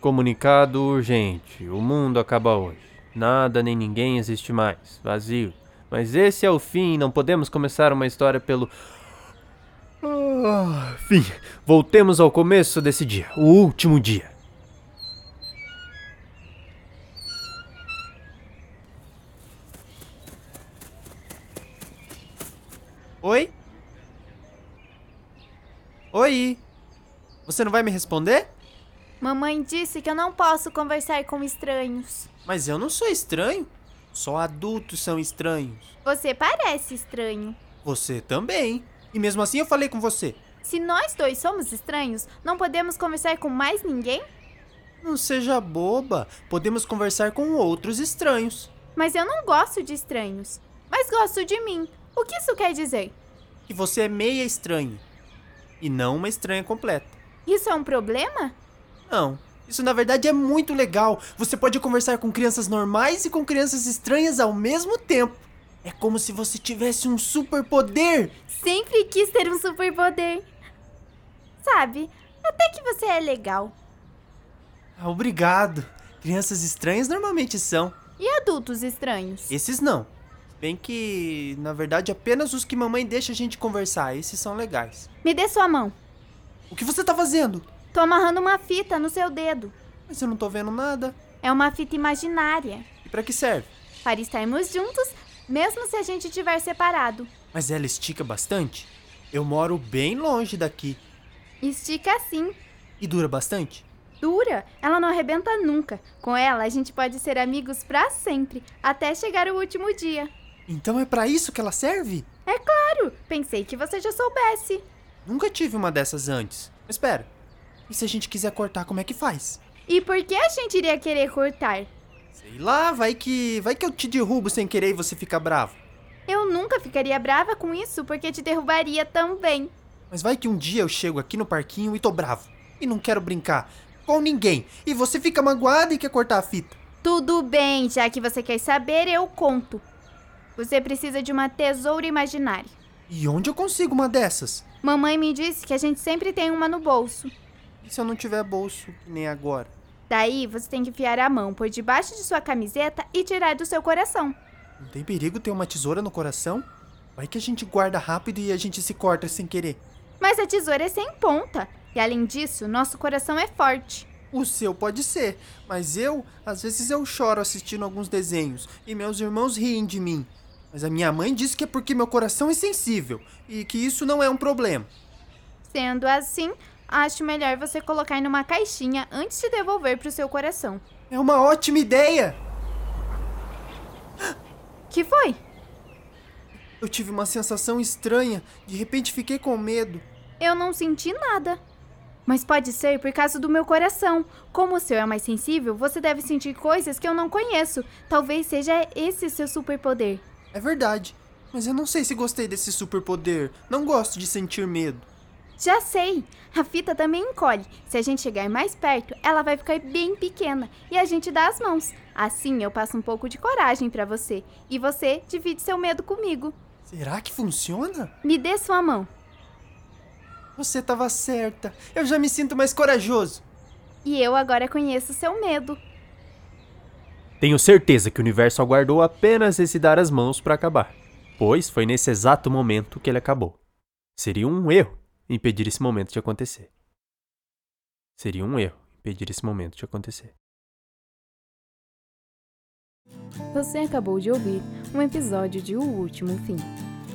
Comunicado urgente. O mundo acaba hoje. Nada nem ninguém existe mais. Vazio. Mas esse é o fim. Não podemos começar uma história pelo. Ah, fim. Voltemos ao começo desse dia. O último dia. Oi? Oi! Você não vai me responder? Mamãe disse que eu não posso conversar com estranhos. Mas eu não sou estranho. Só adultos são estranhos. Você parece estranho. Você também. E mesmo assim eu falei com você. Se nós dois somos estranhos, não podemos conversar com mais ninguém? Não seja boba. Podemos conversar com outros estranhos. Mas eu não gosto de estranhos. Mas gosto de mim. O que isso quer dizer? Que você é meia estranha. E não uma estranha completa. Isso é um problema? Não. Isso na verdade é muito legal. Você pode conversar com crianças normais e com crianças estranhas ao mesmo tempo. É como se você tivesse um superpoder. Sempre quis ter um superpoder. Sabe, até que você é legal. Ah, Obrigado. Crianças estranhas normalmente são. E adultos estranhos? Esses não. Bem que, na verdade, apenas os que mamãe deixa a gente conversar. Esses são legais. Me dê sua mão. O que você tá fazendo? Tô amarrando uma fita no seu dedo. Mas eu não tô vendo nada. É uma fita imaginária. E pra que serve? Para estarmos juntos, mesmo se a gente tiver separado. Mas ela estica bastante? Eu moro bem longe daqui. Estica assim. E dura bastante? Dura, ela não arrebenta nunca. Com ela, a gente pode ser amigos pra sempre, até chegar o último dia. Então é pra isso que ela serve? É claro, pensei que você já soubesse. Nunca tive uma dessas antes. Mas espera. E se a gente quiser cortar, como é que faz? E por que a gente iria querer cortar? Sei lá, vai que. vai que eu te derrubo sem querer e você fica bravo. Eu nunca ficaria brava com isso porque te derrubaria também. Mas vai que um dia eu chego aqui no parquinho e tô bravo. E não quero brincar com ninguém. E você fica magoada e quer cortar a fita. Tudo bem, já que você quer saber, eu conto. Você precisa de uma tesoura imaginária. E onde eu consigo uma dessas? Mamãe me disse que a gente sempre tem uma no bolso. E se eu não tiver bolso, que nem agora? Daí você tem que enfiar a mão por debaixo de sua camiseta e tirar do seu coração. Não tem perigo ter uma tesoura no coração? Vai que a gente guarda rápido e a gente se corta sem querer. Mas a tesoura é sem ponta. E além disso, nosso coração é forte. O seu pode ser, mas eu, às vezes eu choro assistindo alguns desenhos e meus irmãos riem de mim. Mas a minha mãe diz que é porque meu coração é sensível e que isso não é um problema. Sendo assim, acho melhor você colocar numa caixinha antes de devolver pro seu coração. É uma ótima ideia! Que foi? Eu tive uma sensação estranha, de repente fiquei com medo. Eu não senti nada. Mas pode ser por causa do meu coração. Como o seu é mais sensível, você deve sentir coisas que eu não conheço. Talvez seja esse seu superpoder. É verdade, mas eu não sei se gostei desse superpoder. Não gosto de sentir medo. Já sei! A fita também encolhe. Se a gente chegar mais perto, ela vai ficar bem pequena e a gente dá as mãos. Assim eu passo um pouco de coragem pra você e você divide seu medo comigo. Será que funciona? Me dê sua mão. Você tava certa. Eu já me sinto mais corajoso. E eu agora conheço seu medo. Tenho certeza que o universo aguardou apenas esse dar as mãos para acabar, pois foi nesse exato momento que ele acabou. Seria um erro impedir esse momento de acontecer. Seria um erro impedir esse momento de acontecer. Você acabou de ouvir um episódio de O Último Fim,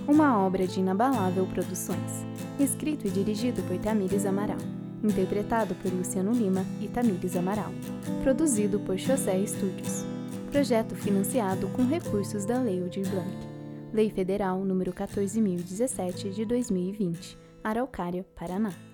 uma obra de Inabalável Produções, escrito e dirigido por Tamires Amaral, interpretado por Luciano Lima e Tamires Amaral, produzido por José Studios. Projeto financiado com recursos da Lei Aldir Blanc, Lei Federal número 14017 de 2020, Araucária, Paraná.